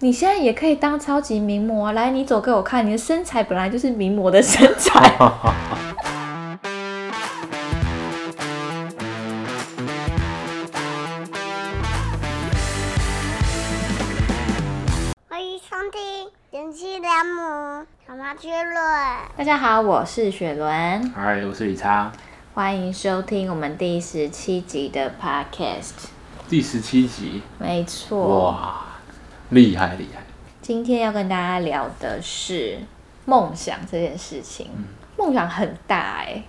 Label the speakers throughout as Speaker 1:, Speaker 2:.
Speaker 1: 你现在也可以当超级名模啊、来，你走给我看，你的身材本来就是名模的身材。
Speaker 2: 欢迎收听《贤妻良母小妈之论》。
Speaker 1: 大家好，我是雪 伦，
Speaker 3: 嗨，我是李叉，
Speaker 1: 欢迎收听我们第十七集的 Podcast。
Speaker 3: 第十七集，
Speaker 1: 没错，
Speaker 3: 哇，厉害厉害，
Speaker 1: 今天要跟大家聊的是梦想这件事情。梦想很大哎、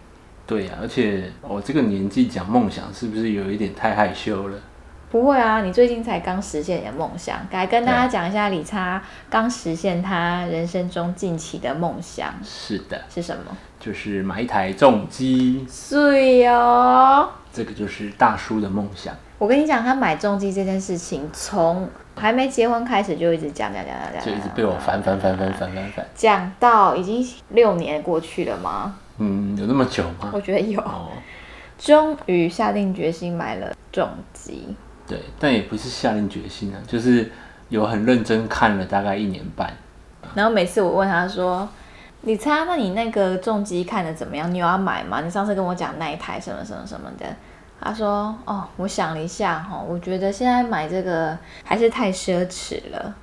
Speaker 3: 对啊呀、而且我这个年纪讲梦想是不是有一点太害羞了？
Speaker 1: 不会啊，你最近才刚实现你的梦想，来跟大家讲一下李查刚实现他人生中近期的梦想
Speaker 3: 是的，
Speaker 1: 是什么？
Speaker 3: 嗯就是买一台重机，
Speaker 1: 睡哦。
Speaker 3: 这个就是大叔的梦想。
Speaker 1: 我跟你讲，他买重机这件事情，从还没结婚开始就一直讲讲讲讲讲，
Speaker 3: 就一直被我烦烦烦烦烦烦烦，
Speaker 1: 讲到已经六年过去了吗？
Speaker 3: 嗯，有那么久吗
Speaker 1: 我？觉得有，
Speaker 3: 哦，
Speaker 1: 终于下定决心买了重机。
Speaker 3: 对，但也不是下定决心啊，就是有很认真看了大概一年半，
Speaker 1: 然后每次我问他说：“你猜，那你那个重机看的怎么样？你有要买吗？你上次跟我讲那一台什么什么什么的。”他说：“哦，我想了一下，哈，我觉得现在买这个还是太奢侈了。”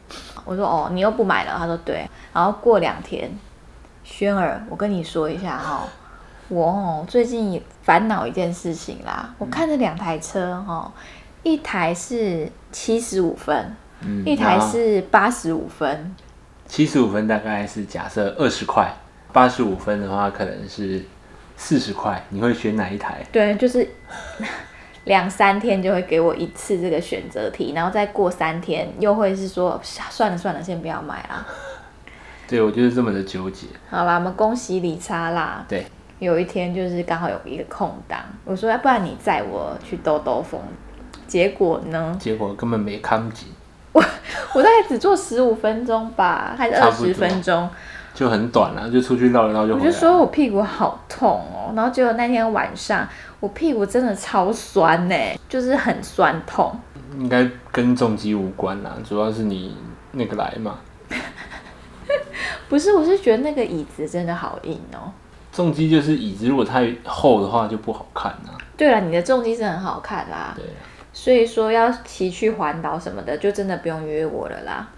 Speaker 1: 我说：“哦，你又不买了？”他说：“对。”然后过两天，轩儿，我跟你说一下哈、我哦最近也烦恼一件事情啦，我看了两台车哈、一台是七十五分，
Speaker 3: 嗯，
Speaker 1: 一台是八十五分。
Speaker 3: 七十五分大概是假设二十块，八十五分的话可能是四十块，你会选哪一台？
Speaker 1: 对，就是 两三天就会给我一次这个选择题，然后再过三天又会是说 算了算了，先不要买啦。
Speaker 3: 对我就是这么的纠结。
Speaker 1: 好啦，我们恭喜理查啦！
Speaker 3: 对，
Speaker 1: 有一天就是刚好有一个空档，我说要不然你载我去兜兜风，结果呢，
Speaker 3: 结果根本没看紧，
Speaker 1: 我大概只坐十五分钟吧，还是
Speaker 3: 差
Speaker 1: 二
Speaker 3: 不
Speaker 1: 十
Speaker 3: 多
Speaker 1: 分钟，
Speaker 3: 就很短了、就出去绕一绕就
Speaker 1: 我
Speaker 3: 回来
Speaker 1: 就
Speaker 3: 了。
Speaker 1: 说我屁股好痛哦，然后结果那天晚上我屁股真的超酸呢、欸就是很酸痛。
Speaker 3: 应该跟重机无关啦，主要是你那个来嘛，
Speaker 1: 不是，我是觉得那个椅子真的好硬哦。
Speaker 3: 重机就是椅子，如果太厚的话就不好看啦。
Speaker 1: 对了，你的重机是很好看啦，
Speaker 3: 对啊，
Speaker 1: 所以说要骑去环岛什么的，就真的不用约我了啦。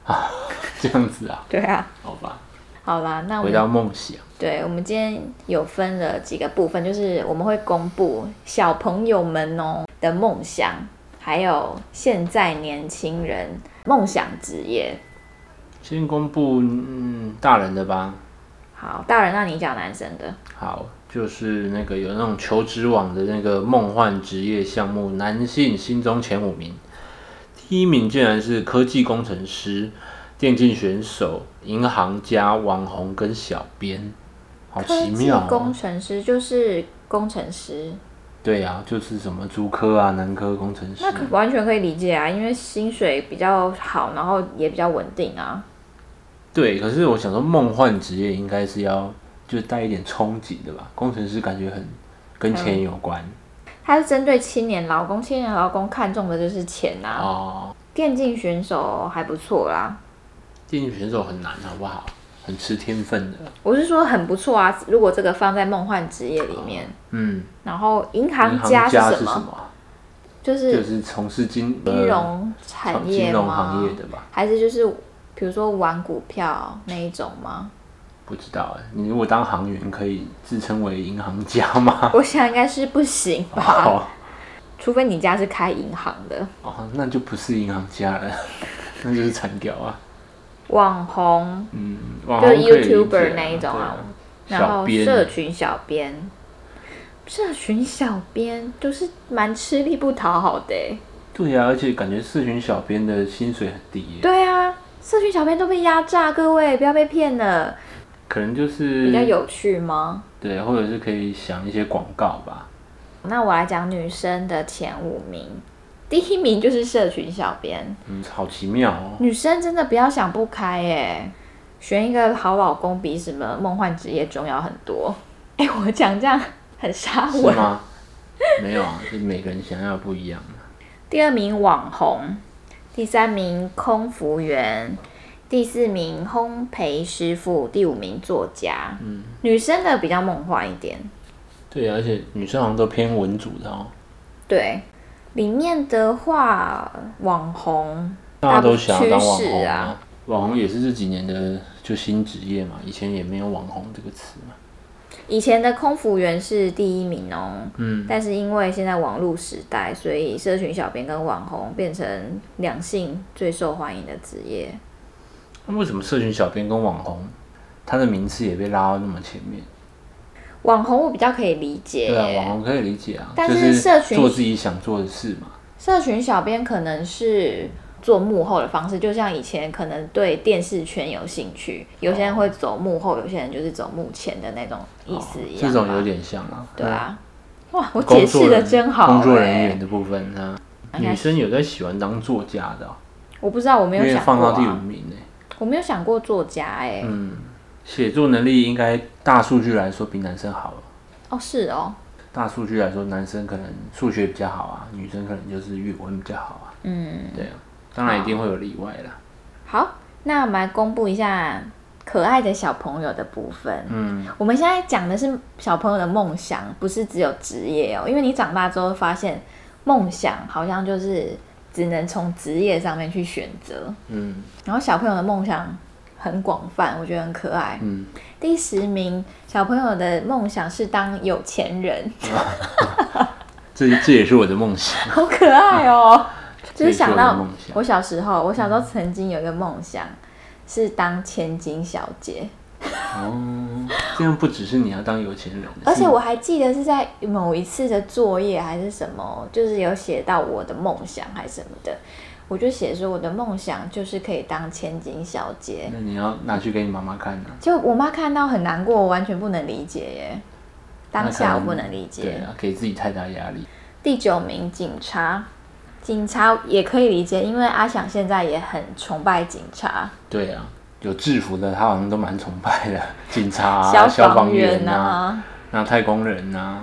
Speaker 3: 这样子啊，
Speaker 1: 对啊，
Speaker 3: 好吧，
Speaker 1: 好啦，那我
Speaker 3: 回到
Speaker 1: 们
Speaker 3: 梦想，
Speaker 1: 对啊我们今天有分了几个部分，就是我们会公布小朋友们哦的梦想，还有现在年轻人梦想职业。
Speaker 3: 先公布嗯大人的吧。
Speaker 1: 好，大人，那你讲男生的，
Speaker 3: 好，就是那个有那种求职网的那个梦幻职业项目，男性心中前五名，第一名竟然是科技工程师、电竞选手、银行家、网红跟小编，好
Speaker 1: 科
Speaker 3: 奇
Speaker 1: 技
Speaker 3: 妙、
Speaker 1: 工
Speaker 3: 哦。
Speaker 1: 程师就是工程师，
Speaker 3: 对啊，就是什么竹科啊、南科工程师
Speaker 1: 那，可完全可以理解啊，因为薪水比较好，然后也比较稳定啊。
Speaker 3: 对。可是我想说，梦幻职业应该是要就带一点憧憬的吧？工程师感觉很跟钱有关、
Speaker 1: 它是针对青年劳工，青年劳工看重的就是钱呐、啊。
Speaker 3: 哦。
Speaker 1: 电竞选手还不错啦，
Speaker 3: 电竞选手很难，好不好？很吃天分的。
Speaker 1: 我是说很不错啊。如果这个放在梦幻职业里面，
Speaker 3: 嗯，
Speaker 1: 然后银行
Speaker 3: 银
Speaker 1: 家
Speaker 3: 行家
Speaker 1: 是什
Speaker 3: 是什
Speaker 1: 么？
Speaker 3: 么啊？
Speaker 1: 就
Speaker 3: 就是是从事金
Speaker 1: 金
Speaker 3: 呃
Speaker 1: 融产业
Speaker 3: 金融
Speaker 1: 吗？
Speaker 3: 行业的吧？
Speaker 1: 还是就是比如说玩股票那一种吗？
Speaker 3: 不知道哎，你如果当行员可以自称为银行家 吗？
Speaker 1: 我想应该是不行吧，
Speaker 3: 哦
Speaker 1: 除非你家是开银行的。
Speaker 3: 哦，那就不是银行家了，那就是惨屌啊！
Speaker 1: 网红
Speaker 3: 嗯，网
Speaker 1: 就
Speaker 3: 红
Speaker 1: 是
Speaker 3: 可以理解
Speaker 1: YouTuber 那一种啊
Speaker 3: 对啊
Speaker 1: 然后
Speaker 3: 小编
Speaker 1: 社群小编，社群小编都是蛮吃力不讨好的欸。
Speaker 3: 对啊，而且感觉社群小编的薪水很低耶，
Speaker 1: 对啊，社群小编都被压榨，各位不要被骗了。
Speaker 3: 欸可能就是
Speaker 1: 比较有趣吗？
Speaker 3: 对，或者是可以想一些广告吧。
Speaker 1: 那我来讲女生的前五名，第一名就是社群小编，
Speaker 3: 嗯，好奇妙哦。
Speaker 1: 女生真的不要想不开耶，选一个好老公比什么梦幻职业重要很多。哎、我讲这样很杀
Speaker 3: 是
Speaker 1: 我。
Speaker 3: 吗？没有啊，就每个人想要的不一样。
Speaker 1: 第二名网红，第三名空服员，第四名烘焙师傅，第五名作家。嗯，女生的比较梦幻一点。
Speaker 3: 对，啊而且女生好像都偏文组的哦，
Speaker 1: 对，里面的话，网红
Speaker 3: 大家都想要当网
Speaker 1: 趋势
Speaker 3: 红
Speaker 1: 啊。
Speaker 3: 网红也是这几年的就新职业嘛，以前也没有网红这个词嘛。
Speaker 1: 以前的空服员是第一名哦，
Speaker 3: 嗯，
Speaker 1: 但是因为现在网络时代，所以社群小编跟网红变成两性最受欢迎的职业。
Speaker 3: 那为什么社群小编跟网红，他的名次也被拉到那么前面？
Speaker 1: 网红我比较可以理解，
Speaker 3: 对啊，网红可以理解啊，
Speaker 1: 但
Speaker 3: 就是
Speaker 1: 社群
Speaker 3: 做自己想做的事嘛。
Speaker 1: 社群小编可能是做幕后的方式，就像以前可能对电视圈有兴趣，有些人会走幕后，有些人就是走幕前的那种意思一样吧、
Speaker 3: 这种有点像啊，
Speaker 1: 对啊。哇，我
Speaker 3: 嗯，工
Speaker 1: 解
Speaker 3: 作
Speaker 1: 释
Speaker 3: 人
Speaker 1: 的真好、欸。
Speaker 3: 工作人员的部分呢，
Speaker 1: 应该
Speaker 3: 女
Speaker 1: 是
Speaker 3: 生有在喜欢当作家的哦、
Speaker 1: 我不知道，我没
Speaker 3: 因
Speaker 1: 有
Speaker 3: 为
Speaker 1: 想过、
Speaker 3: 放
Speaker 1: 啊。
Speaker 3: 到第五名呢、
Speaker 1: 我没有想过作家哎、
Speaker 3: 嗯，写作能力应该大数据来说比男生好。
Speaker 1: 哦是哦，
Speaker 3: 大数据来说，男生可能数学比较好啊，女生可能就是语文比较好啊。
Speaker 1: 嗯，
Speaker 3: 对啊，当然一定会有例外啦。
Speaker 1: 好，那我们来公布一下可爱的小朋友的部分。
Speaker 3: 嗯，
Speaker 1: 我们现在讲的是小朋友的梦想，不是只有职业哦。因为你长大之后发现，梦想好像就是只能从职业上面去选择。
Speaker 3: 嗯
Speaker 1: 然后小朋友的梦想很广泛，我觉得很可爱。
Speaker 3: 嗯，
Speaker 1: 第十名，小朋友的梦想是当有钱 人，
Speaker 3: 这这也是我的梦想。
Speaker 1: 好可爱 哦。就是想
Speaker 3: 这也是我
Speaker 1: 到
Speaker 3: 的梦想嗯
Speaker 1: 我小时候，我小时候曾经有一个梦想是当千金小姐，
Speaker 3: 哦，这样不只是你要当有钱人，
Speaker 1: 而且
Speaker 3: 是
Speaker 1: 我还记得是在某一次的作业还是什么，就是有写到我的梦想还是什么的，我就写说我的梦想就是可以当千金小姐。
Speaker 3: 那你要拿去给你妈妈看啊。
Speaker 1: 就我妈看到很难过，我完全不能理解耶，当下我不能理
Speaker 3: 对
Speaker 1: 解。
Speaker 3: 啊，给自己太大压力。
Speaker 1: 第九名警察，警察也可以理解，因为阿想现在也很崇拜警察。
Speaker 3: 对啊，有制服的他好像都蛮崇拜的， 警察、啊、
Speaker 1: 消
Speaker 3: 消防
Speaker 1: 员
Speaker 3: 啊，
Speaker 1: 啊，
Speaker 3: 那太空人啊，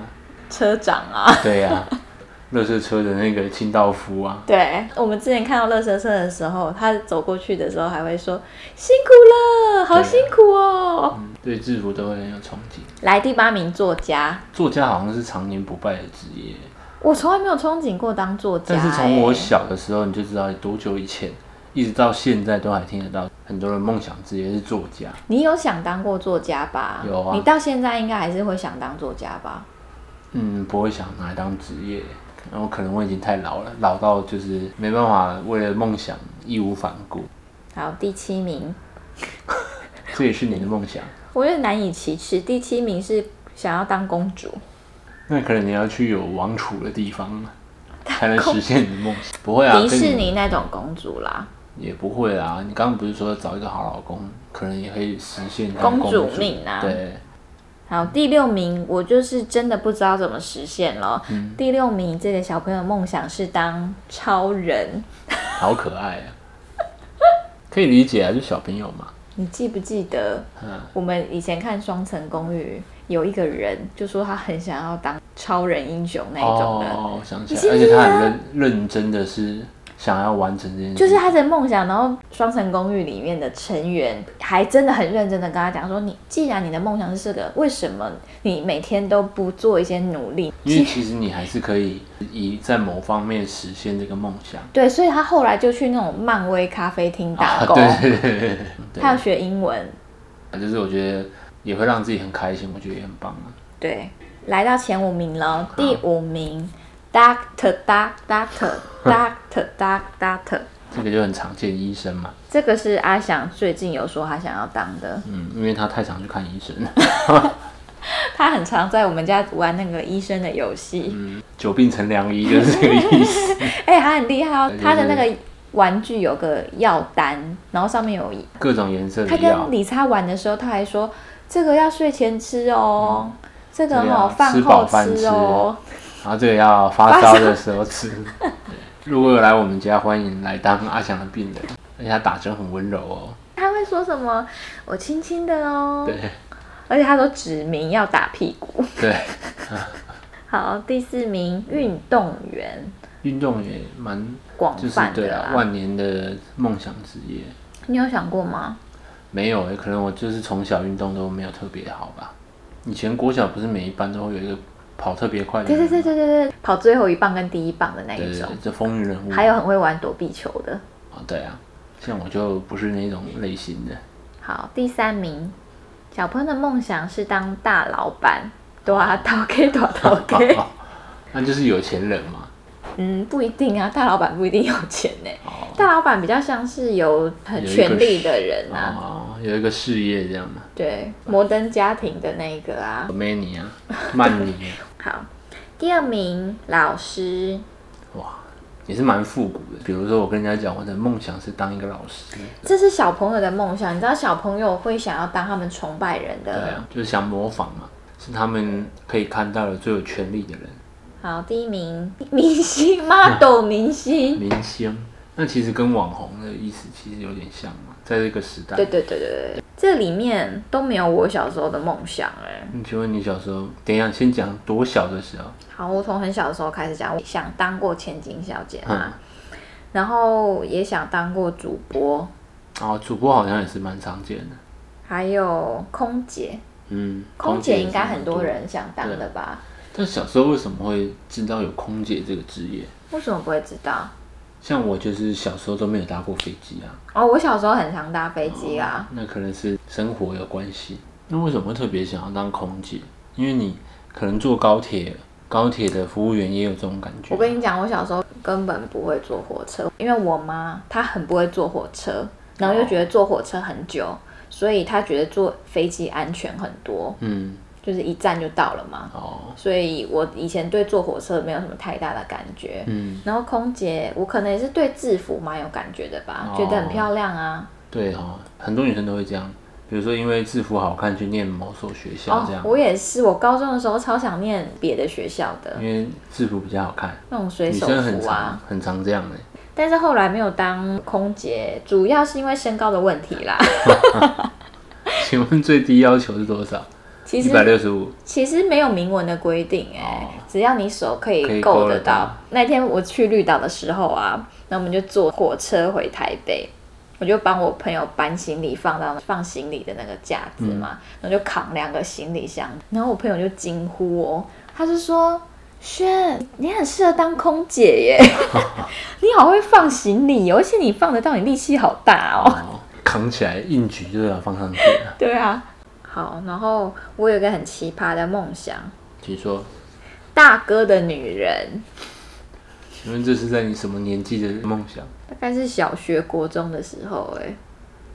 Speaker 1: 车长啊，
Speaker 3: 对啊， 乐色车的那个清道夫啊，
Speaker 1: 对我们之前看到乐色车的时候，他走过去的时候还会说辛苦了，好辛苦哦。
Speaker 3: 嗯对制服都会很有憧憬。
Speaker 1: 来第八名作家，
Speaker 3: 作家好像是常年不败的职业，
Speaker 1: 我从来没有憧憬过当作家、
Speaker 3: 但是从我
Speaker 1: 哎
Speaker 3: 小的时候你就知道多久以前，一直到现在都还听得到很多人梦想职业是作家。
Speaker 1: 你有想当过作家吧？
Speaker 3: 有啊
Speaker 1: 你到现在应该还是会想当作家吧？
Speaker 3: 嗯，不会想拿来当职业，然后可能我已经太老了，老到就是没办法为了梦想义无反顾，
Speaker 1: 好，第七名，
Speaker 3: 这也是你的梦想。
Speaker 1: 我觉得难以启齿。第七名是想要当公主，
Speaker 3: 那可能你要去有王储的地方，才能实现你的梦想。不会啊，
Speaker 1: 迪士
Speaker 3: 跟你
Speaker 1: 尼那种公主啦，
Speaker 3: 也不会啊。你刚刚不是说找一个好老公，可能也可以实现当
Speaker 1: 公
Speaker 3: 公
Speaker 1: 主命啊
Speaker 3: 对，
Speaker 1: 好，第六名，我就是真的不知道怎么实现了。
Speaker 3: 嗯
Speaker 1: 第六名，这个小朋友梦想是当超人，
Speaker 3: 好可爱啊， 可以理解啊，就小朋友嘛。
Speaker 1: 你记不记得
Speaker 3: 嗯，
Speaker 1: 我们以前看《双层公寓》，有一个人就说他很想要当超人英雄那一种的，
Speaker 3: 哦，我想起
Speaker 1: 你记不
Speaker 3: 来，
Speaker 1: 啊
Speaker 3: 而且
Speaker 1: 记得
Speaker 3: 他很认认真的是想要完成这件事，
Speaker 1: 就是他的梦想。然后《双层公寓》里面的成员还真的很认真的跟他讲说：“你既然你的梦想是这个，为什么你每天都不做一些努力？”
Speaker 3: 因为其实你还是可以以在某方面实现这个梦想。
Speaker 1: 对，所以他后来就去那种漫威咖啡厅打
Speaker 3: 啊，
Speaker 1: 工，
Speaker 3: 对 对对对对
Speaker 1: 他要学英文。
Speaker 3: 对，就是我觉得也会让自己很开心，我觉得也很棒啊。
Speaker 1: 对，来到前五名了，第五
Speaker 3: 嗯
Speaker 1: 名，Doctor Doctor Doctor Doctor Doctor，
Speaker 3: 这个就很常见，医生嘛，
Speaker 1: 这个是阿翔最近有说他想要当的，
Speaker 3: 嗯，因为他太常去看医生了，
Speaker 1: 他很常在我们家玩那个医生的游戏，
Speaker 3: 嗯，久病成良医就是这 个意思。
Speaker 1: 哎、他很厉害哦
Speaker 3: 对，
Speaker 1: 他的那
Speaker 3: 就
Speaker 1: 个玩具有个药单，然后上面有，
Speaker 3: 各种颜色
Speaker 1: 他
Speaker 3: 的药啊
Speaker 1: 跟，李莎玩的时候，他还说这个要睡前吃哦，这个
Speaker 3: 这个要
Speaker 1: 哦饭
Speaker 3: 嗯啊吃饱
Speaker 1: 后
Speaker 3: 饭
Speaker 1: 吃
Speaker 3: 吃
Speaker 1: 哦，
Speaker 3: 然后这个要发烧的时候吃。对 如果有来我们家，欢迎来当阿翔的病人，而且他打针很温柔哦。
Speaker 1: 他会说什么我轻轻的哦，
Speaker 3: 对
Speaker 1: 而且他都指明要打屁股。
Speaker 3: 对，
Speaker 1: 好，第四名运动员
Speaker 3: 运动也蛮
Speaker 1: 广
Speaker 3: 就是
Speaker 1: 泛
Speaker 3: 对
Speaker 1: 的
Speaker 3: 啊，
Speaker 1: 啦，
Speaker 3: 万年的梦想职业。
Speaker 1: 你有想过吗？
Speaker 3: 没有诶、可能我就是从小运动都没有特别好吧。以前国小不是每一班都会有一个跑特别快的
Speaker 1: 对
Speaker 3: 人
Speaker 1: 对
Speaker 3: 吗，
Speaker 1: 对对对对，跑最后一棒跟第一棒的那
Speaker 3: 对
Speaker 1: 一
Speaker 3: 对
Speaker 1: 种
Speaker 3: 对，，这风云人物嘛。
Speaker 1: 还有很会玩躲避球的。
Speaker 3: 啊，对啊，像我就不是那种类型的。
Speaker 1: 好，第三名，小朋友的梦想是当大老板，多啊，淘 K 多淘 K。
Speaker 3: 那就是有钱人嘛。
Speaker 1: 嗯，不一定啊，大老板不一定有钱呢、
Speaker 3: 哦，
Speaker 1: 大老板比较像是有很
Speaker 3: 有一个
Speaker 1: 权力的人啊，
Speaker 3: 哦，有一个事业这样嘛，
Speaker 1: 对，摩登家庭的那一个啊。
Speaker 3: 梅尼 啊，曼尼啊，
Speaker 1: 好，第二名老师，
Speaker 3: 哇，也是蛮复古的。比如说，我跟人家讲我的梦想是当一个老师，
Speaker 1: 这是小朋友的梦想，你知道小朋友会想要当他们崇拜人
Speaker 3: 对
Speaker 1: 的。
Speaker 3: 啊，就是想模仿嘛，是他们可以看到的最有权力的人，
Speaker 1: 好，第一名明星 model 明星，
Speaker 3: 明星。那其实跟网红的意思其实有点像嘛，在这个时代。
Speaker 1: 对对对对对，这里面都没有我小时候的梦想哎、
Speaker 3: 嗯请问你小时候，等一下先讲多小的时候？
Speaker 1: 好，我从很小的时候开始讲，我想当过千金小姐嘛，
Speaker 3: 嗯
Speaker 1: 然后也想当过主播，
Speaker 3: 哦，主播好像也是蛮常见的。
Speaker 1: 还有空姐。
Speaker 3: 嗯，
Speaker 1: 空姐应该
Speaker 3: 也是
Speaker 1: 很多人想当的吧？
Speaker 3: 但小时候为什么会知道有空姐这个职业？
Speaker 1: 为什么不会知道？
Speaker 3: 像我就是小时候都没有搭过飞机啊，
Speaker 1: 哦，我小时候很常搭飞机啊。
Speaker 3: 那可能是生活有关系。那为什么会特别想要当空姐？因为你可能坐高铁，高铁的服务员也有这种感觉。
Speaker 1: 我跟你讲，我小时候根本不会坐火车，因为我妈她很不会坐火车，然后又觉得坐火车很久，所以她觉得坐飞机安全很多，
Speaker 3: 嗯，
Speaker 1: 就是一站就到了嘛。
Speaker 3: 哦，
Speaker 1: 所以我以前对坐火车没有什么太大的感觉。
Speaker 3: 嗯，
Speaker 1: 然后空姐，我可能也是对制服蛮有感觉的吧，
Speaker 3: 哦
Speaker 1: 觉得很漂亮啊。
Speaker 3: 对哦，很多女生都会这样。比如说，因为制服好看，去念某所学校
Speaker 1: 哦
Speaker 3: 这样，，
Speaker 1: 我也是，我高中的时候超想念别的学校的
Speaker 3: 因为制服比较好看。
Speaker 1: 那种水
Speaker 3: 女
Speaker 1: 手
Speaker 3: 生很
Speaker 1: 服
Speaker 3: 常
Speaker 1: 啊，
Speaker 3: 很常这样欸的、
Speaker 1: 但是后来没有当空姐，主要是因为身高的问题啦。
Speaker 3: 请问最低要求是多少？
Speaker 1: 其
Speaker 3: 一百
Speaker 1: 实
Speaker 3: 六十五。
Speaker 1: 其实没有明文的规定哎、
Speaker 3: 哦
Speaker 1: 只要你手可
Speaker 3: 可
Speaker 1: 以
Speaker 3: 以
Speaker 1: 够
Speaker 3: 够
Speaker 1: 得
Speaker 3: 得到
Speaker 1: 到。那天我去绿岛的时候啊，那我们就坐火车回台北。我就帮我朋友搬行李，放到放行李的那个架子嘛，然后就扛两个行李箱，然后我朋友就惊呼哦，他就说：“轩，你很适合当空姐 耶，你好会放行李哦，而且你放得到，你力气好大哦。”
Speaker 3: 哦，扛起来硬举就要放上去了。
Speaker 1: 对啊，好，然后我有一个很奇葩的梦想，
Speaker 3: 请说，
Speaker 1: 大哥的女人，
Speaker 3: 请问这是在你什么年纪的梦想？
Speaker 1: 大概是小学、国中的时候、欸，哎，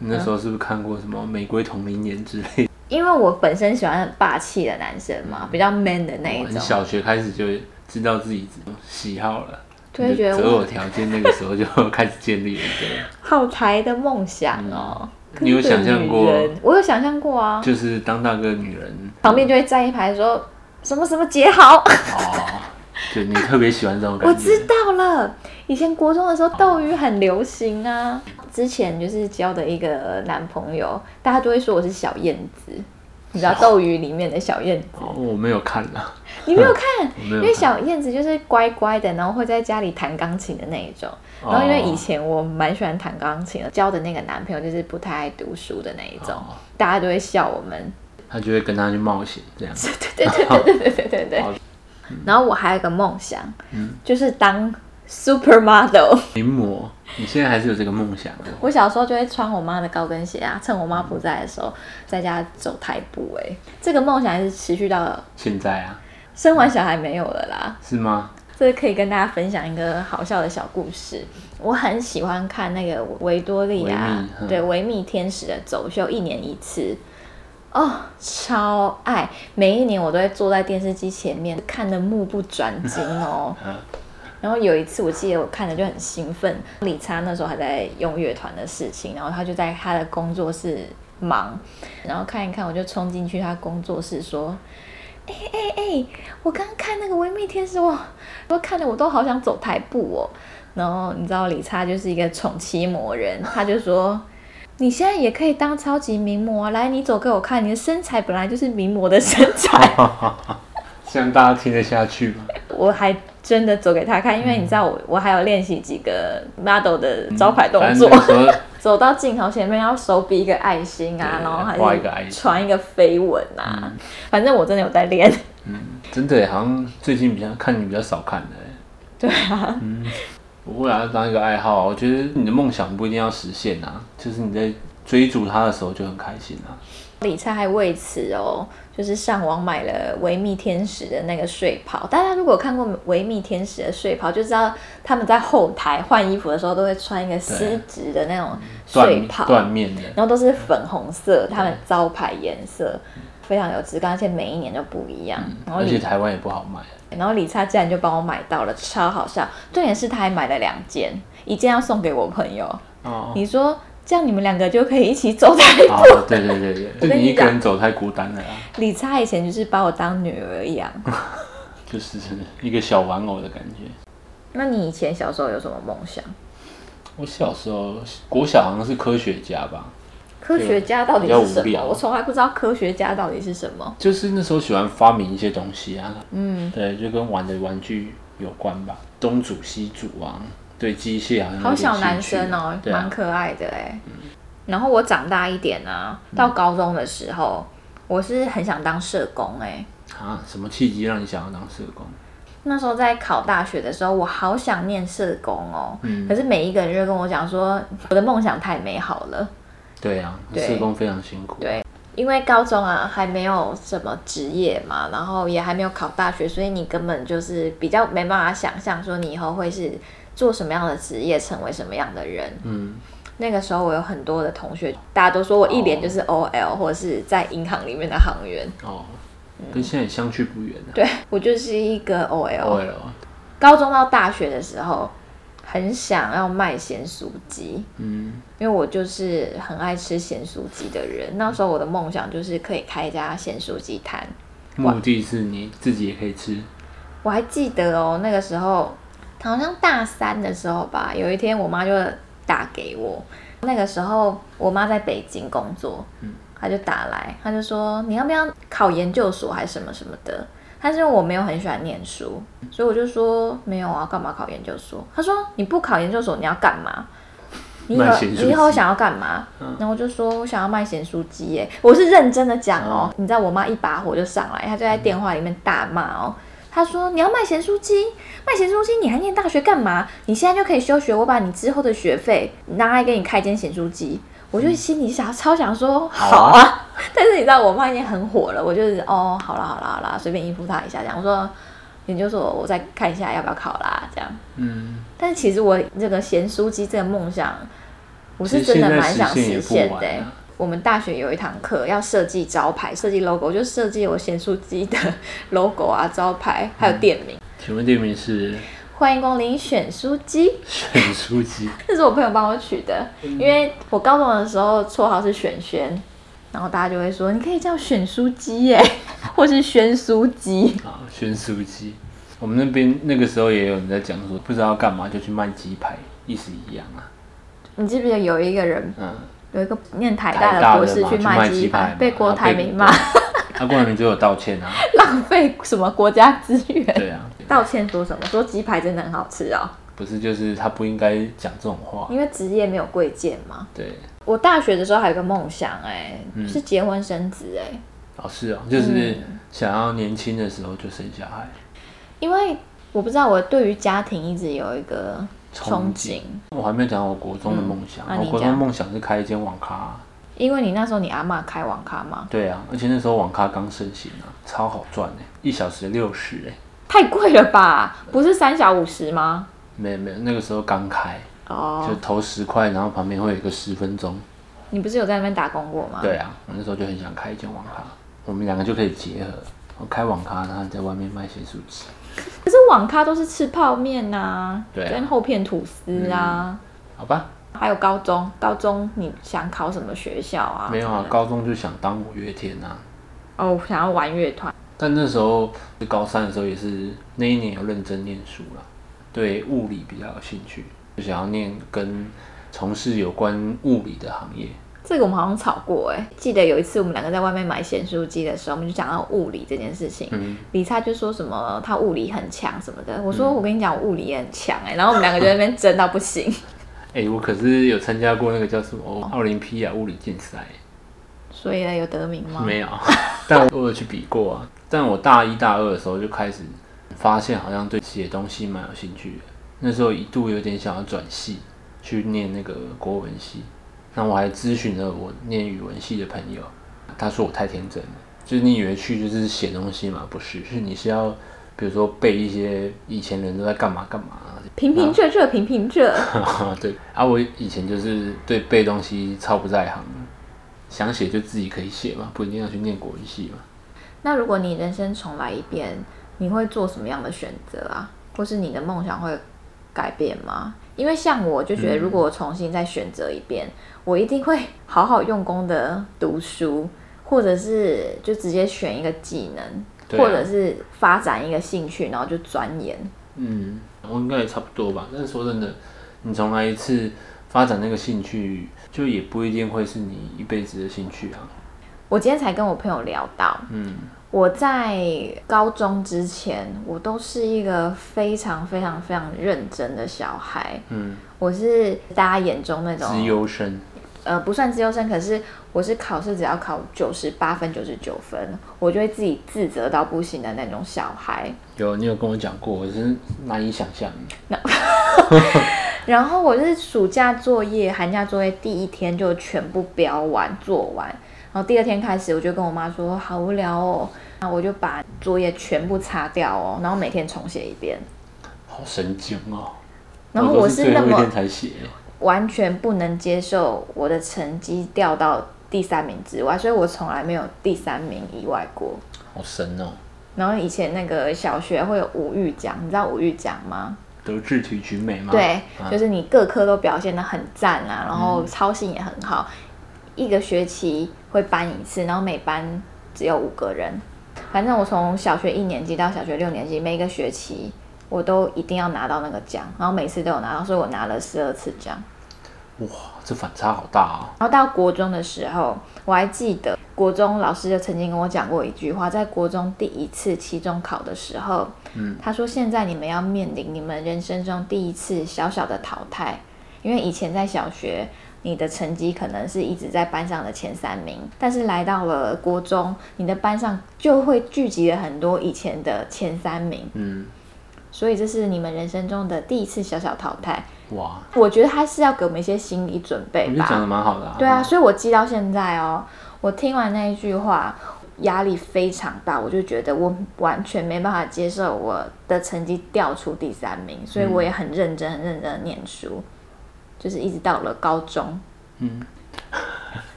Speaker 3: 你那时候是不是看过什么《玫瑰同龄年》之类的？
Speaker 1: 因为我本身喜欢很霸气的男生嘛，比较 man 的那一
Speaker 3: 你
Speaker 1: 种，
Speaker 3: 嗯哦小学开始就知道自己喜好了，
Speaker 1: 就会觉
Speaker 3: 你的
Speaker 1: 得
Speaker 3: 择
Speaker 1: 我
Speaker 3: 偶条件那个时候就 开始建立了。 对，
Speaker 1: 好台的梦想哦、哥
Speaker 3: 嗯你有
Speaker 1: 的
Speaker 3: 想象
Speaker 1: 女
Speaker 3: 过
Speaker 1: 人我有想象过啊，
Speaker 3: 就是当大哥的女人
Speaker 1: 旁边就会站一排说什么什么姐好，
Speaker 3: 哦，就你特别喜欢这种
Speaker 1: 我
Speaker 3: 感
Speaker 1: 知
Speaker 3: 觉。
Speaker 1: 道了。以前国中的时候，斗鱼很流行啊。之前就是交的一个男朋友，大家都会说我是小燕子，你知道斗鱼里面的小燕子，
Speaker 3: 哦，我没有看啦，
Speaker 1: 你没有看？
Speaker 3: 我没
Speaker 1: 因
Speaker 3: 有看。
Speaker 1: 为小燕子就是乖乖的，然后会在家里弹钢琴的那一种。
Speaker 3: 哦
Speaker 1: 然后因为以前我蛮喜欢弹钢琴的，交的那个男朋友就是不太爱读书的那一种，
Speaker 3: 哦
Speaker 1: 大家都会笑我们。
Speaker 3: 他就会跟他去冒险这样。
Speaker 1: 对对对对对对对对
Speaker 3: 好。
Speaker 1: 然后我还有一个梦想，就是当 supermodel。
Speaker 3: 名模，你现在还是有这个梦想的。
Speaker 1: 我小时候就会穿我妈的高跟鞋啊，趁我妈不在的时候，在家走台步、欸。这个梦想还是持续到
Speaker 3: 现在啊，
Speaker 1: 生完小孩没有了啦。
Speaker 3: 是吗？
Speaker 1: 这可以跟大家分享一个好笑的小故事。我很喜欢看那个维多利
Speaker 3: 维
Speaker 1: 亚
Speaker 3: 密，嗯
Speaker 1: 对维密天使的走秀，一年一次。哦，超爱！每一年我都会坐在电视机前面看得目不转睛哦。
Speaker 3: 呃
Speaker 1: 然后有一次，我记得我看的就很兴奋。理查那时候还在用乐团的事情，然后他就在他的工作室忙，然后看一看，我就冲进去他工作室说：“哎哎哎，我刚刚看那个《维密天使》，哇，我看的我都好想走台步哦。”然后你知道理查就是一个宠妻魔人，他就说。你现在也可以当超级名模啊！来，你走给我看，你的身材本来就是名模的身材。
Speaker 3: 这样大家听得下去吗？
Speaker 1: 我还真的走给他看，因为你知道
Speaker 3: 嗯
Speaker 1: 我我还有练习几个 model 的招牌动作，
Speaker 3: 反正那时候
Speaker 1: 走到镜头前面要手比一个爱心啊，
Speaker 3: 对
Speaker 1: 然后还
Speaker 3: 画一个爱心嗯
Speaker 1: 是传一个飞吻啊，反正我真的有在练。
Speaker 3: 真的耶好像最近比较看你比较少看的耶。嗯
Speaker 1: 对啊，
Speaker 3: 不会啊，当一个爱好啊，我觉得你的梦想不一定要实现啊，就是你在追逐它的时候就很开心啊。
Speaker 1: 理财还为此哦，就是上网买了维密天使的那个睡袍。大家如果有看过维密天使的睡袍，就知道他们在后台换衣服的时候都会穿一个丝质的那
Speaker 3: 嗯
Speaker 1: 种睡
Speaker 3: 断
Speaker 1: 袍，
Speaker 3: 断面的，
Speaker 1: 然后都是粉红色，他们招牌颜色非常有质感，而且每一年都不一样。然后
Speaker 3: 嗯而且
Speaker 1: 理
Speaker 3: 台湾也不好啊买。
Speaker 1: 然后理查竟然就帮我买到了，超好笑。重点是他还买了两件，一件要送给我朋友。
Speaker 3: 哦，
Speaker 1: 你说这样你们两个就可以一起走在一步。
Speaker 3: 哦，对对对对，
Speaker 1: 我
Speaker 3: 就
Speaker 1: 跟
Speaker 3: 你
Speaker 1: 你
Speaker 3: 一个
Speaker 1: 讲
Speaker 3: 人走太孤单了啦，啊
Speaker 1: 理查以前就是把我当女儿一 样。
Speaker 3: 就是一个小玩偶的感觉。
Speaker 1: 那你以前小时候有什么梦想？
Speaker 3: 我小时候国小好像是科学家吧，
Speaker 1: 科学家到底
Speaker 3: 比较
Speaker 1: 是
Speaker 3: 无
Speaker 1: 什
Speaker 3: 聊
Speaker 1: 么？我从来不知道科学家到底是什么。
Speaker 3: 就是那时候喜欢发明一些东西啊，
Speaker 1: 嗯，
Speaker 3: 对，就跟玩的玩具有关吧，东组西组啊，对机械啊好像
Speaker 1: 好小
Speaker 3: 有点
Speaker 1: 男
Speaker 3: 兴趣
Speaker 1: 生哦，
Speaker 3: 对
Speaker 1: 蛮、
Speaker 3: 啊，嗯
Speaker 1: 可爱的哎。然后我长大一点啊，到高中的时候，我是很想当社工哎。
Speaker 3: 啊，什么契机让你想要当社工？
Speaker 1: 那时候在考大学的时候，我好想念社工哦，
Speaker 3: 嗯
Speaker 1: 可是每一个人就跟我讲说，我的梦想太美好了。
Speaker 3: 对啊，
Speaker 1: 对
Speaker 3: 社工非常辛苦，
Speaker 1: 对因为高中啊还没有什么职业嘛，然后也还没有考大学，所以你根本就是比较没办法想象说你以后会是做什么样的职业，成为什么样的人。
Speaker 3: 嗯，
Speaker 1: 那个时候我有很多的同学，大家都说我一脸就是 OL 或者是在银行里面的行员。
Speaker 3: 哦，跟现在相去不远啊。
Speaker 1: 对啊我就是一个 OL。
Speaker 3: 对了，
Speaker 1: 高中到大学的时候，很想要卖咸酥鸡，
Speaker 3: 嗯，
Speaker 1: 因为我就是很爱吃咸酥鸡的人。那时候我的梦想就是可以开一家咸酥鸡摊。
Speaker 3: 目的是你自己也可以吃，
Speaker 1: 我还记得哦，那个时候好像大三的时候吧，有一天我妈就打给我。那个时候我妈在北京工作，她就打来，她就说你要不要考研究所还是什么什么的。但是我没有很喜欢念书，所以我就说没有啊，干嘛考研究所？她说你不考研究所你要干嘛？你以后
Speaker 3: 卖咸酥鸡
Speaker 1: 你以后想要干嘛？然后我就说我想要卖咸酥鸡耶，我是认真的讲哦。你知道我妈一把火就上来，她就在电话里面大骂哦。她说：“你要卖咸酥鸡，卖咸酥鸡，你还念大学干嘛？你现在就可以休学，我把你之后的学费拿来给你开间咸酥鸡。”我就心里想超想说好
Speaker 3: 啊
Speaker 1: 啊， 但是你知道我妈已经很火了，我就是哦，好啦好啦好啦，随便应付她一下这样。我说研究所我再看一下要不要考啦这样。
Speaker 3: 嗯，
Speaker 1: 但其实我这个咸酥鸡这个梦想，我
Speaker 3: 其
Speaker 1: 是
Speaker 3: 实
Speaker 1: 真
Speaker 3: 现
Speaker 1: 的
Speaker 3: 在
Speaker 1: 蛮
Speaker 3: 实
Speaker 1: 想
Speaker 3: 现
Speaker 1: 实
Speaker 3: 也不
Speaker 1: 现的、
Speaker 3: 晚啊。
Speaker 1: 我们大学有一堂课要设计招牌、设计 logo，就设计我咸酥鸡的 logo 啊、招牌，还有店名。
Speaker 3: 请问店名是
Speaker 1: 欢迎光临选书鸡，
Speaker 3: 选书机，
Speaker 1: 这是我朋友帮我取的，
Speaker 3: 嗯
Speaker 1: 因为我高中的时候绰号是选轩，然后大家就会说你可以叫选书鸡耶， 或是轩酥鸡。
Speaker 3: 啊，选书机。我们那边那个时候也有人在讲说，不知道干嘛就去卖鸡排，意思一样啊。
Speaker 1: 你记不记得有一个人
Speaker 3: 嗯，
Speaker 1: 有一个念台
Speaker 3: 台
Speaker 1: 大的博士
Speaker 3: 嘛
Speaker 1: 去
Speaker 3: 卖
Speaker 1: 卖
Speaker 3: 鸡
Speaker 1: 鸡
Speaker 3: 排
Speaker 1: 排啊
Speaker 3: 嘛，，啊
Speaker 1: 被郭台铭骂？
Speaker 3: 他郭台铭就有道歉 啊，
Speaker 1: 浪费什么国家资源？
Speaker 3: 对啊，
Speaker 1: 道歉说什么？说鸡排真的很好吃哦，
Speaker 3: 不是就是他不应该讲这种话，
Speaker 1: 因为职业没有贵贱嘛。
Speaker 3: 对，
Speaker 1: 我大学的时候还有个梦想、哎、
Speaker 3: 嗯
Speaker 1: 是结婚生子、哎，
Speaker 3: 哦是哦，就是
Speaker 1: 嗯
Speaker 3: 想要年轻的时候就生小孩。
Speaker 1: 因为我不知道我对于家庭一直有一个
Speaker 3: 憧
Speaker 1: 憧
Speaker 3: 憬
Speaker 1: 憬，
Speaker 3: 我还没有讲我国中的梦想，
Speaker 1: 嗯啊
Speaker 3: 我
Speaker 1: 你
Speaker 3: 国中
Speaker 1: 讲
Speaker 3: 梦想是开一间网咖啊、
Speaker 1: 因为你那时候你阿嬷开网咖嘛，
Speaker 3: 对啊，而且那时候网咖刚盛行啊，超好赚哎、一小时六十哎，
Speaker 1: 太贵了吧？不是三小五十吗？
Speaker 3: 没有没有，那个时候刚开，就
Speaker 1: 哦，
Speaker 3: 投十块，然后旁边会有一个十分钟。
Speaker 1: 你不是有在那边打工过吗？
Speaker 3: 对啊，我那时候就很想开一间网咖，我们两个就可以结合，我开网咖，然后在外面卖咸酥鸡。
Speaker 1: 可是网咖都是吃泡面呐、
Speaker 3: 对啊嗯
Speaker 1: 跟厚片吐司啊，
Speaker 3: 好吧，
Speaker 1: 还有高中，高中你想考什么学校啊？
Speaker 3: 没有啊，高中就想当五月天啊，
Speaker 1: 哦，我想要玩乐团。
Speaker 3: 但那时候是高三的时候，也是那一年有认真念书啦，对物理比较有兴趣，就想要念跟从事有关物理的行业。
Speaker 1: 这个我们好像吵过哎、记得有一次我们两个在外面买咸酥鸡的时候，我们就讲到物理这件事情。
Speaker 3: 嗯，
Speaker 1: 李灿就说什么他物理很强什么的，我说我跟你讲，我物理也很强哎、然后我们两个就在那边争到不行，
Speaker 3: 哎、我可是有参加过那个叫什么哦奥林匹亚物理竞赛、
Speaker 1: 所以呢有得名吗？
Speaker 3: 没有， 但我有去比过啊。但我大一大二的时候就开始发现，好像对写东西蛮有兴趣的。那时候一度有点想要转系，去念那个国文系。那我还咨询了我念语文系的朋友，他说我太天真了，就是你以为去就是写东西嘛，不是，是你是要比如说背一些以前人都在干嘛干嘛，
Speaker 1: 平
Speaker 3: 啊
Speaker 1: 平仄仄平平仄，
Speaker 3: 对啊， 我以前就是对背东西超不在行的，想写就自己可以写嘛，不一定要去念国语系嘛。
Speaker 1: 那如果你人生重来一遍，你会做什么样的选择啊？或是你的梦想会改变吗？因为像我就觉得，如果我重新再选择一遍，我一定会好好用功的读书，或者是就直接选一个技能，
Speaker 3: 对啊
Speaker 1: 或者是发展一个兴趣，然后就钻研。
Speaker 3: 嗯，我应该也差不多吧。但是说真的，你重来一次发展那个兴趣，就也不一定会是你一辈子的兴趣啊。
Speaker 1: 我今天才跟我朋友聊到，
Speaker 3: 嗯，
Speaker 1: 我在高中之前，我都是一个非常非常非常认真的小孩，
Speaker 3: 嗯，
Speaker 1: 我是大家眼中那种
Speaker 3: 资优生，
Speaker 1: 呃，不算自由生，可是我是考试只要考九十八分、九十九分，我就会自己自责到不行的那种小孩。
Speaker 3: 有你有跟我讲过，我是难以想象。
Speaker 1: 然后我是暑假作业、寒假作业第一天就全部标完做完，然后第二天开始我就跟我妈说好无聊哦，那我就把作业全部擦掉哦，然后每天重写一遍。
Speaker 3: 好神经哦！
Speaker 1: 然后
Speaker 3: 我
Speaker 1: 我
Speaker 3: 哦都
Speaker 1: 是
Speaker 3: 最
Speaker 1: 那
Speaker 3: 后一
Speaker 1: 么
Speaker 3: 天才写，
Speaker 1: 完全不能接受我的成绩掉到第三名之外，所以我从来没有第三名以外过。
Speaker 3: 好神哦！
Speaker 1: 然后以前那个小学会有五育奖，你知道五育奖吗？
Speaker 3: 德智体群美吗？
Speaker 1: 对，
Speaker 3: 啊
Speaker 1: 就是你各科都表现得很赞啊，然后操性也很好，一个学期会颁一次，然后每班只有五个人。反正我从小学一年级到小学六年级，每一个学期我都一定要拿到那个奖，然后每次都有拿到，所以我拿了十二次奖。
Speaker 3: 哇，这反差好大啊、
Speaker 1: 然后到国中的时候，我还记得国中老师就曾经跟我讲过一句话，在国中第一次期中考的时候，
Speaker 3: 嗯，
Speaker 1: 他说现在你们要面临你们人生中第一次小小的淘汰，因为以前在小学。你的成绩可能是一直在班上的前三名，但是来到了国中，你的班上就会聚集了很多以前的前三名，
Speaker 3: 嗯，
Speaker 1: 所以这是你们人生中的第一次小小淘汰。
Speaker 3: 哇，
Speaker 1: 我觉得他是要给我们一些心理准备
Speaker 3: 我觉
Speaker 1: 吧。
Speaker 3: 得讲的蛮好的、啊。
Speaker 1: 对啊，，所以我记到现在哦，我听完那一句话，压力非常大，我就觉得我完全没办法接受我的成绩掉出第三名，所以我也很认真、很认真的念书，就是一直到了高中，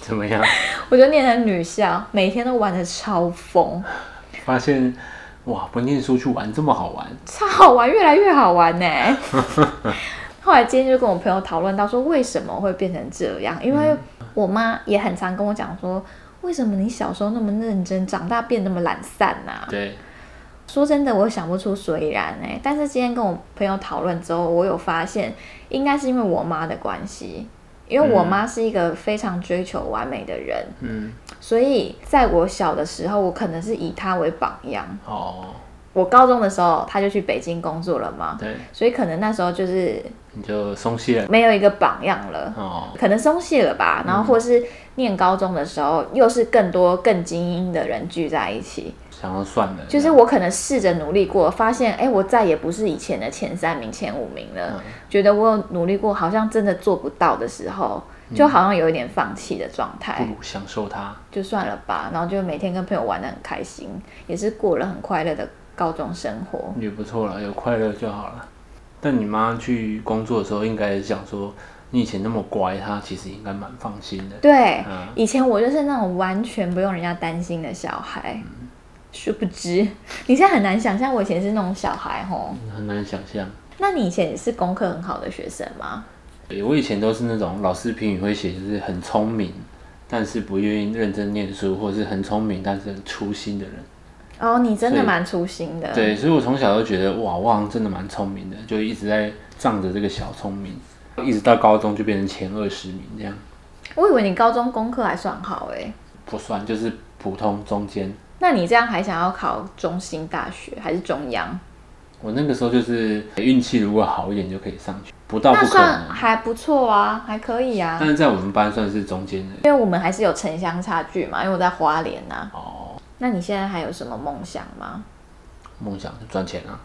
Speaker 3: 怎么样？
Speaker 1: 我就念了女校，每天都玩的超疯，
Speaker 3: 发现哇，不念书去玩这么好玩，
Speaker 1: 超好玩，越来越好玩呢、后来今天就跟我朋友讨论到说，为什么会变成这样？因为我妈也很常跟我讲说，为什么你小时候那么认真，长大变那么懒散啊呐、
Speaker 3: 对，
Speaker 1: 说真的，我想不出所以然哎、但是今天跟我朋友讨论之后，我有发现，应该是因为我妈的关系，因为我妈是一个非常追求完美的人，
Speaker 3: 嗯，
Speaker 1: 所以在我小的时候，我可能是以她为榜样。
Speaker 3: 哦，
Speaker 1: 我高中的时候，她就去北京工作了嘛，
Speaker 3: 对，
Speaker 1: 所以可能那时候就是
Speaker 3: 你就松懈了，
Speaker 1: 没有一个榜样了。
Speaker 3: 哦，
Speaker 1: 可能松懈了吧，然后或是念高中的时候，又是更多更精英的人聚在一起，
Speaker 3: 想要算了，
Speaker 1: 就是我可能试着努力过，发现哎、诶我再也不是以前的前三名、前五名了。
Speaker 3: 嗯
Speaker 1: 觉得我有努力过，好像真的做不到的时候，就好像有一点放弃的状态，
Speaker 3: 嗯不如享受它。
Speaker 1: 就算了吧。然后就每天跟朋友玩的很开心，也是过了很快乐的高中生活。
Speaker 3: 也不错了，有快乐就好了。但你妈去工作的时候，应该想说，你以前那么乖，她其实应该蛮放心的。
Speaker 1: 对，
Speaker 3: 嗯
Speaker 1: 以前我就是那种完全不用人家担心的小孩。殊不知， 你现在很难想象我以前是那种小孩吼。
Speaker 3: 很难想象。
Speaker 1: 那你以前也是功课很好的学生吗？
Speaker 3: 对我以前都是那种老师评语会写，就是很聪明，但是不愿意认真念书，或是很聪明但是很粗心的人。
Speaker 1: 哦，你真的
Speaker 3: 是
Speaker 1: 蛮粗心的。
Speaker 3: 对，所以我从小就觉得，哇，我好像真的蛮聪明的，就一直在仗着这个小聪明，一直到高中就变成前二十名这样。
Speaker 1: 我以为你高中功课还算好哎、
Speaker 3: 不算，就是普通中间。
Speaker 1: 那你这样还想要考中心大学还是中央？
Speaker 3: 我那个时候就是运气如果好一点就可以上去，哦不到
Speaker 1: 那
Speaker 3: 不可
Speaker 1: 算
Speaker 3: 能。
Speaker 1: 还不错啊，还可以啊
Speaker 3: 但。是在我们班算是中间的
Speaker 1: 因为我们还是有城乡差距嘛，因为我在花莲呐、
Speaker 3: 哦。
Speaker 1: 那你现在还有什么梦想吗？
Speaker 3: 梦想是赚钱啊，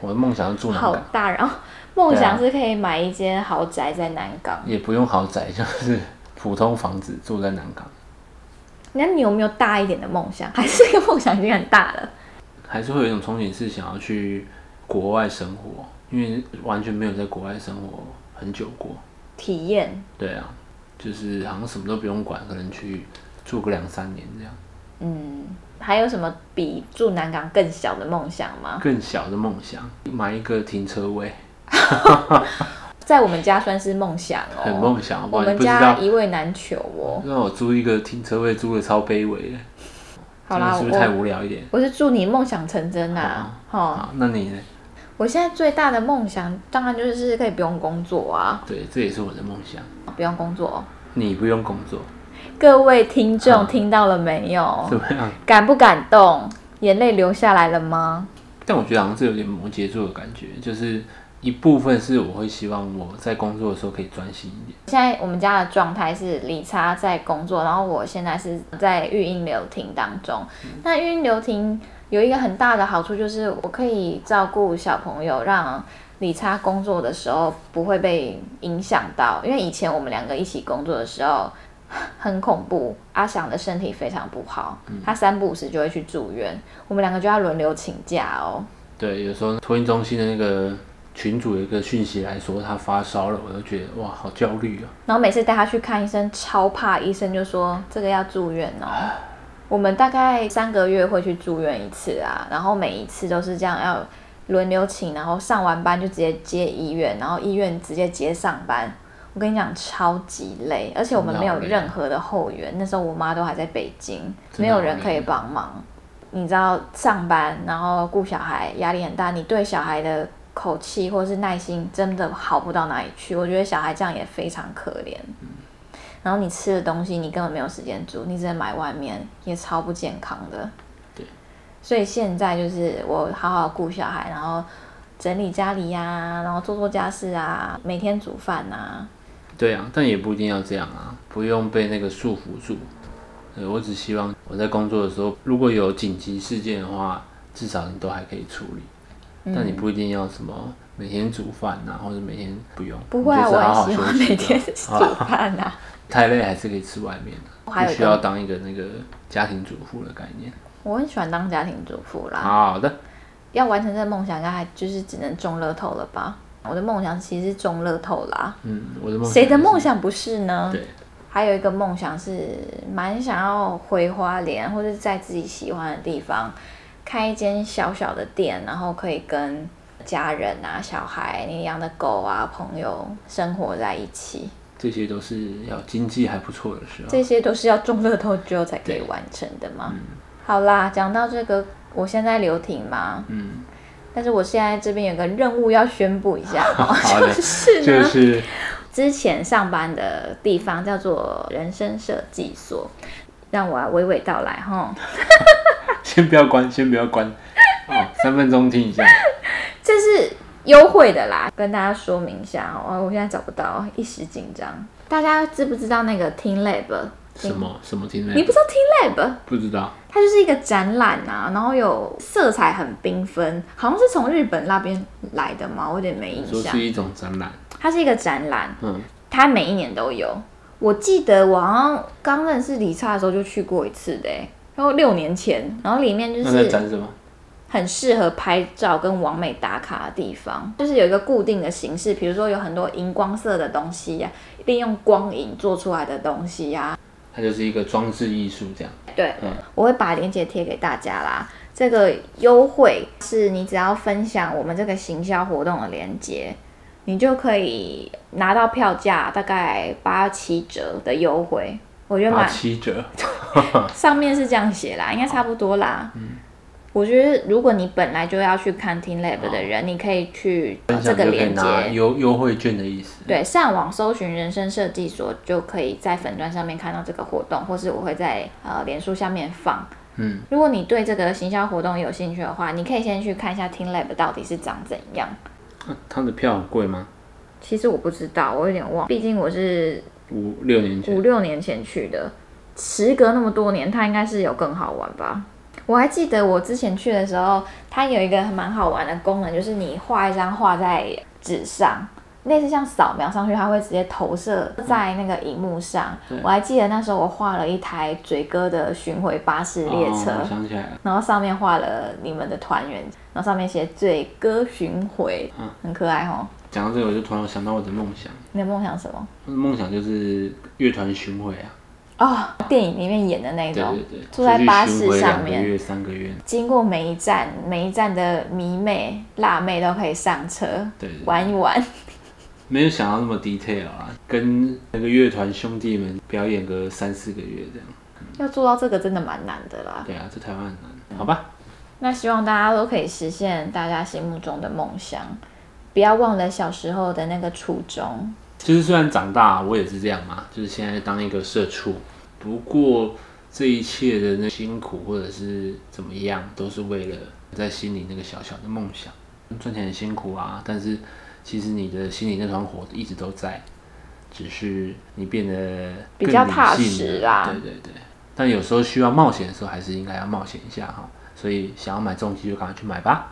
Speaker 3: 我的梦想是住南
Speaker 1: 好
Speaker 3: 港，
Speaker 1: 大，然后梦想是可以买一间豪宅在南港。
Speaker 3: 也不用豪宅，就是普通房子住在南港。
Speaker 1: 那你有没有大一点的梦想？还是这个梦想已经很大了？
Speaker 3: 还是会有一种憧憬，是想要去国外生活，因为完全没有在国外生活很久过。
Speaker 1: 体验，
Speaker 3: 对啊，就是好像什么都不用管，可能去住个两三年这样。
Speaker 1: 嗯，还有什么比住南港更小的梦想吗？
Speaker 3: 更小的梦想，买一个停车位，
Speaker 1: 在我们家算是梦想哦，
Speaker 3: 很梦想好不
Speaker 1: 我
Speaker 3: 好
Speaker 1: 们
Speaker 3: 你不知道
Speaker 1: 家一位难求哦。
Speaker 3: 让我租一个停车位，租的超卑微的，
Speaker 1: 好啦，
Speaker 3: 这样是不是太
Speaker 1: 我
Speaker 3: 无聊一点？
Speaker 1: 我是祝你梦想成真呐、啊！哈、
Speaker 3: 啊，那你呢？
Speaker 1: 我现在最大的梦想当然就是可以不用工作啊，
Speaker 3: 对，这也是我的梦想。
Speaker 1: 不用工作。
Speaker 3: 你不用工作，
Speaker 1: 各位听众
Speaker 3: 好
Speaker 1: 听到了没有
Speaker 3: 怎？么样？
Speaker 1: 感不感动？眼泪流下来了吗？
Speaker 3: 但我觉得好像是有点摩羯座的感觉，就是一部分是我会希望我在工作的时候可以专心一点。
Speaker 1: 现在我们家的状态是理查在工作，然后我现在是在育婴留停当中。那育婴留停有一个很大的好处就是我可以照顾小朋友，让理查工作的时候不会被影响到。因为以前我们两个一起工作的时候很恐怖，阿翔的身体非常不好，他三不五时就会去住院，我们两个就要轮流请假哦。
Speaker 3: 对，有时候托运中心的那个群主有一个讯息来说他发烧了，我就觉得哇，好焦虑啊。
Speaker 1: 然后每次带他去看医生，超怕医生就说这个要住院哦。我们大概三个月会去住院一次啊，然后每一次都是这样要轮流请，然后上完班就直接接医院，然后医院直接接上班。我跟你讲，超级累，而且我们没有
Speaker 3: 真的好累啊
Speaker 1: 任何的后援。那时候我妈都还在北京，
Speaker 3: 真
Speaker 1: 没
Speaker 3: 的好哦
Speaker 1: 有
Speaker 3: 累
Speaker 1: 人可以帮忙。你知道上班，然后顾小孩，压力很大，你对小孩的口气或是耐心真的好不到哪里去。我觉得小孩这样也非常可怜。
Speaker 3: 嗯
Speaker 1: 然后你吃的东西你根本没有时间煮，你只能买外面，也超不健康的。
Speaker 3: 对，
Speaker 1: 所以现在就是我好好顾小孩，然后整理家里呀、然后做做家事啊，每天煮饭啊。
Speaker 3: 对啊，但也不一定要这样啊，不用被那个束缚住。对我只希望我在工作的时候，如果有紧急事件的话，至少你都还可以处理。
Speaker 1: 嗯
Speaker 3: 但你不一定要什么每天煮饭啊，或者每天不用，
Speaker 1: 不会啊，
Speaker 3: 你就是好
Speaker 1: 我
Speaker 3: 好
Speaker 1: 很喜欢
Speaker 3: 休息
Speaker 1: 每
Speaker 3: 就
Speaker 1: 天
Speaker 3: 好
Speaker 1: 煮饭啊。
Speaker 3: 太累还是可以吃外面的，
Speaker 1: 还有
Speaker 3: 不
Speaker 1: 一个
Speaker 3: 需要当一个那个家庭主妇的概念。
Speaker 1: 我很喜欢当家庭主妇啦。
Speaker 3: 好的，
Speaker 1: 要完成这个梦想，应该还就是只能中乐透了吧？我的梦想其实是中乐透啦。
Speaker 3: 嗯，我的梦想
Speaker 1: 谁的
Speaker 3: 就是
Speaker 1: 梦？想不是呢？
Speaker 3: 对，
Speaker 1: 还有一个梦想是蛮想要回花莲，或者在自己喜欢的地方开一间小小的店，然后可以跟家人啊、小孩、你养的狗啊、朋友生活在一起，
Speaker 3: 这些都是要经济还不错的时候。
Speaker 1: 这些都是要中乐透之后才可以
Speaker 3: 对
Speaker 1: 完成的嘛。好啦，讲到这个，我现在留停嘛，
Speaker 3: 嗯，
Speaker 1: 但是我现在这边有个任务要宣布一 下哦，
Speaker 3: 好的
Speaker 1: 就是呢，
Speaker 3: 就是
Speaker 1: 之前上班的地方叫做人生设计所，让我娓娓道来哈。
Speaker 3: 先不要关，先不要关，哦，三分钟听一下。
Speaker 1: 这是优惠的啦，跟大家说明一下哦。我现在找不到，一时紧张。大家知不知道那个 Team Lab？
Speaker 3: 什么什么听呢？
Speaker 1: 你不知道 Team Lab？
Speaker 3: 不知道？
Speaker 1: 它就是一个展览啊，然后有色彩很缤纷，好像是从日本那边来的嘛，我有点没印
Speaker 3: 说
Speaker 1: 象
Speaker 3: 是。一种展览，
Speaker 1: 它是一个展览，
Speaker 3: 嗯，
Speaker 1: 它每一年都有。我记得我好像刚认识李查的时候就去过一次的、欸，然后六年前，然后里面就
Speaker 3: 那在
Speaker 1: 是
Speaker 3: 展什么？
Speaker 1: 很适合拍照跟完美打卡的地方，就是有一个固定的形式，比如说有很多荧光色的东西呀、利用光影做出来的东西啊呀、
Speaker 3: 它就是一个装置艺术这样。
Speaker 1: 对，
Speaker 3: 嗯
Speaker 1: 我会把链接贴给大家啦。这个优惠是你只要分享我们这个行销活动的链接，你就可以拿到票价大概八七折的优惠。我觉得
Speaker 3: 打
Speaker 1: 蛮
Speaker 3: 七折，
Speaker 1: 上面是这样写啦，应该差不多啦。嗯，我觉得如果你本来就要去看 Teen Lab 的人，你可以去、呃
Speaker 3: 分
Speaker 1: 这
Speaker 3: 享
Speaker 1: 个
Speaker 3: 就可以
Speaker 1: 链
Speaker 3: 拿
Speaker 1: 接，
Speaker 3: 优优惠券的意思。
Speaker 1: 对，上网搜寻人生设计所就可以在粉砖上面看到这个活动，或是我会在呃脸书下面放。
Speaker 3: 嗯，
Speaker 1: 如果你对这个行销活动有兴趣的话，你可以先去看一下 Teen Lab 到底是长怎样。
Speaker 3: 啊它的票很贵吗？
Speaker 1: 其实我不知道，我有点忘，毕竟我是
Speaker 3: 五六年前
Speaker 1: 五六年前去的，时隔那么多年，它应该是有更好玩吧。我还记得我之前去的时候，它有一个蛮好玩的功能，就是你画一张画在纸上，类似像扫描上去，它会直接投射在那个荧幕上。我还记得那时候我画了一台嘴哥的巡回巴士列车，
Speaker 3: 哦我想起来了，
Speaker 1: 然后上面画了你们的团员，然后上面写“嘴哥巡回”，
Speaker 3: 嗯
Speaker 1: 很可爱哦。
Speaker 3: 讲到这个我就突然想到我的梦想，
Speaker 1: 你的梦想是什么？
Speaker 3: 梦想就是乐团巡回啊，
Speaker 1: 哦，电影里面演的那
Speaker 3: 对
Speaker 1: 种
Speaker 3: 对对，，
Speaker 1: 哦坐在巴士
Speaker 3: 出去巡回
Speaker 1: 上
Speaker 3: 两个
Speaker 1: 面，
Speaker 3: 月三个月，
Speaker 1: 经过每一站，每一站的迷妹、辣妹都可以上车
Speaker 3: 对对对
Speaker 1: 玩一玩。
Speaker 3: 没有想到那么 detail 啊，跟那个乐团兄弟们表演个三四个月这样。
Speaker 1: 要做到这个真的蛮难的啦。
Speaker 3: 对啊，在台湾很难，好吧？
Speaker 1: 那希望大家都可以实现大家心目中的梦想，不要忘了小时候的那个初衷。
Speaker 3: 其实虽然长大，我也是这样嘛，就是现在当一个社畜。不过这一切的那辛苦或者是怎么样，都是为了在心里那个小小的梦想。赚钱很辛苦啊，但是其实你的心里那团火一直都在，只是你变得更
Speaker 1: 比较踏
Speaker 3: 理性了
Speaker 1: 实啊啦
Speaker 3: 对对对，但有时候需要冒险的时候，还是应该要冒险一下哈。所以想要买重机就赶快去买吧。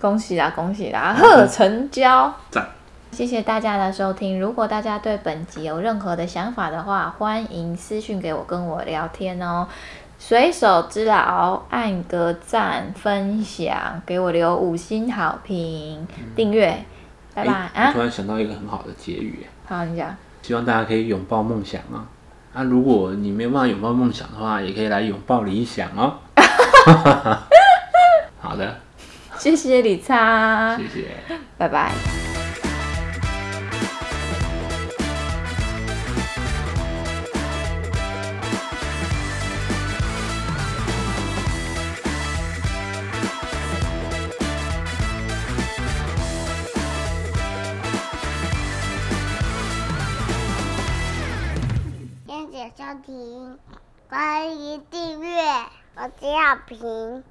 Speaker 1: 恭喜啦，恭喜啦，贺成交！
Speaker 3: 嗯赞
Speaker 1: 谢谢大家的收听。如果大家对本集有任何的想法的话，欢迎私讯给我，跟我聊天哦。随手之劳，按个赞，分享，给我留五星好评，订阅，拜拜
Speaker 3: 诶我
Speaker 1: 啊！
Speaker 3: 突然想到一个很好的结语、
Speaker 1: 好，你讲。
Speaker 3: 希望大家可以拥抱梦想啊！啊，如果你没有办法拥抱梦想的话，也可以来拥抱理想哦。 好的，
Speaker 1: 谢谢李叉，
Speaker 3: 谢谢。
Speaker 1: 拜拜。
Speaker 2: 谢谢收听，欢迎订阅，我是小平。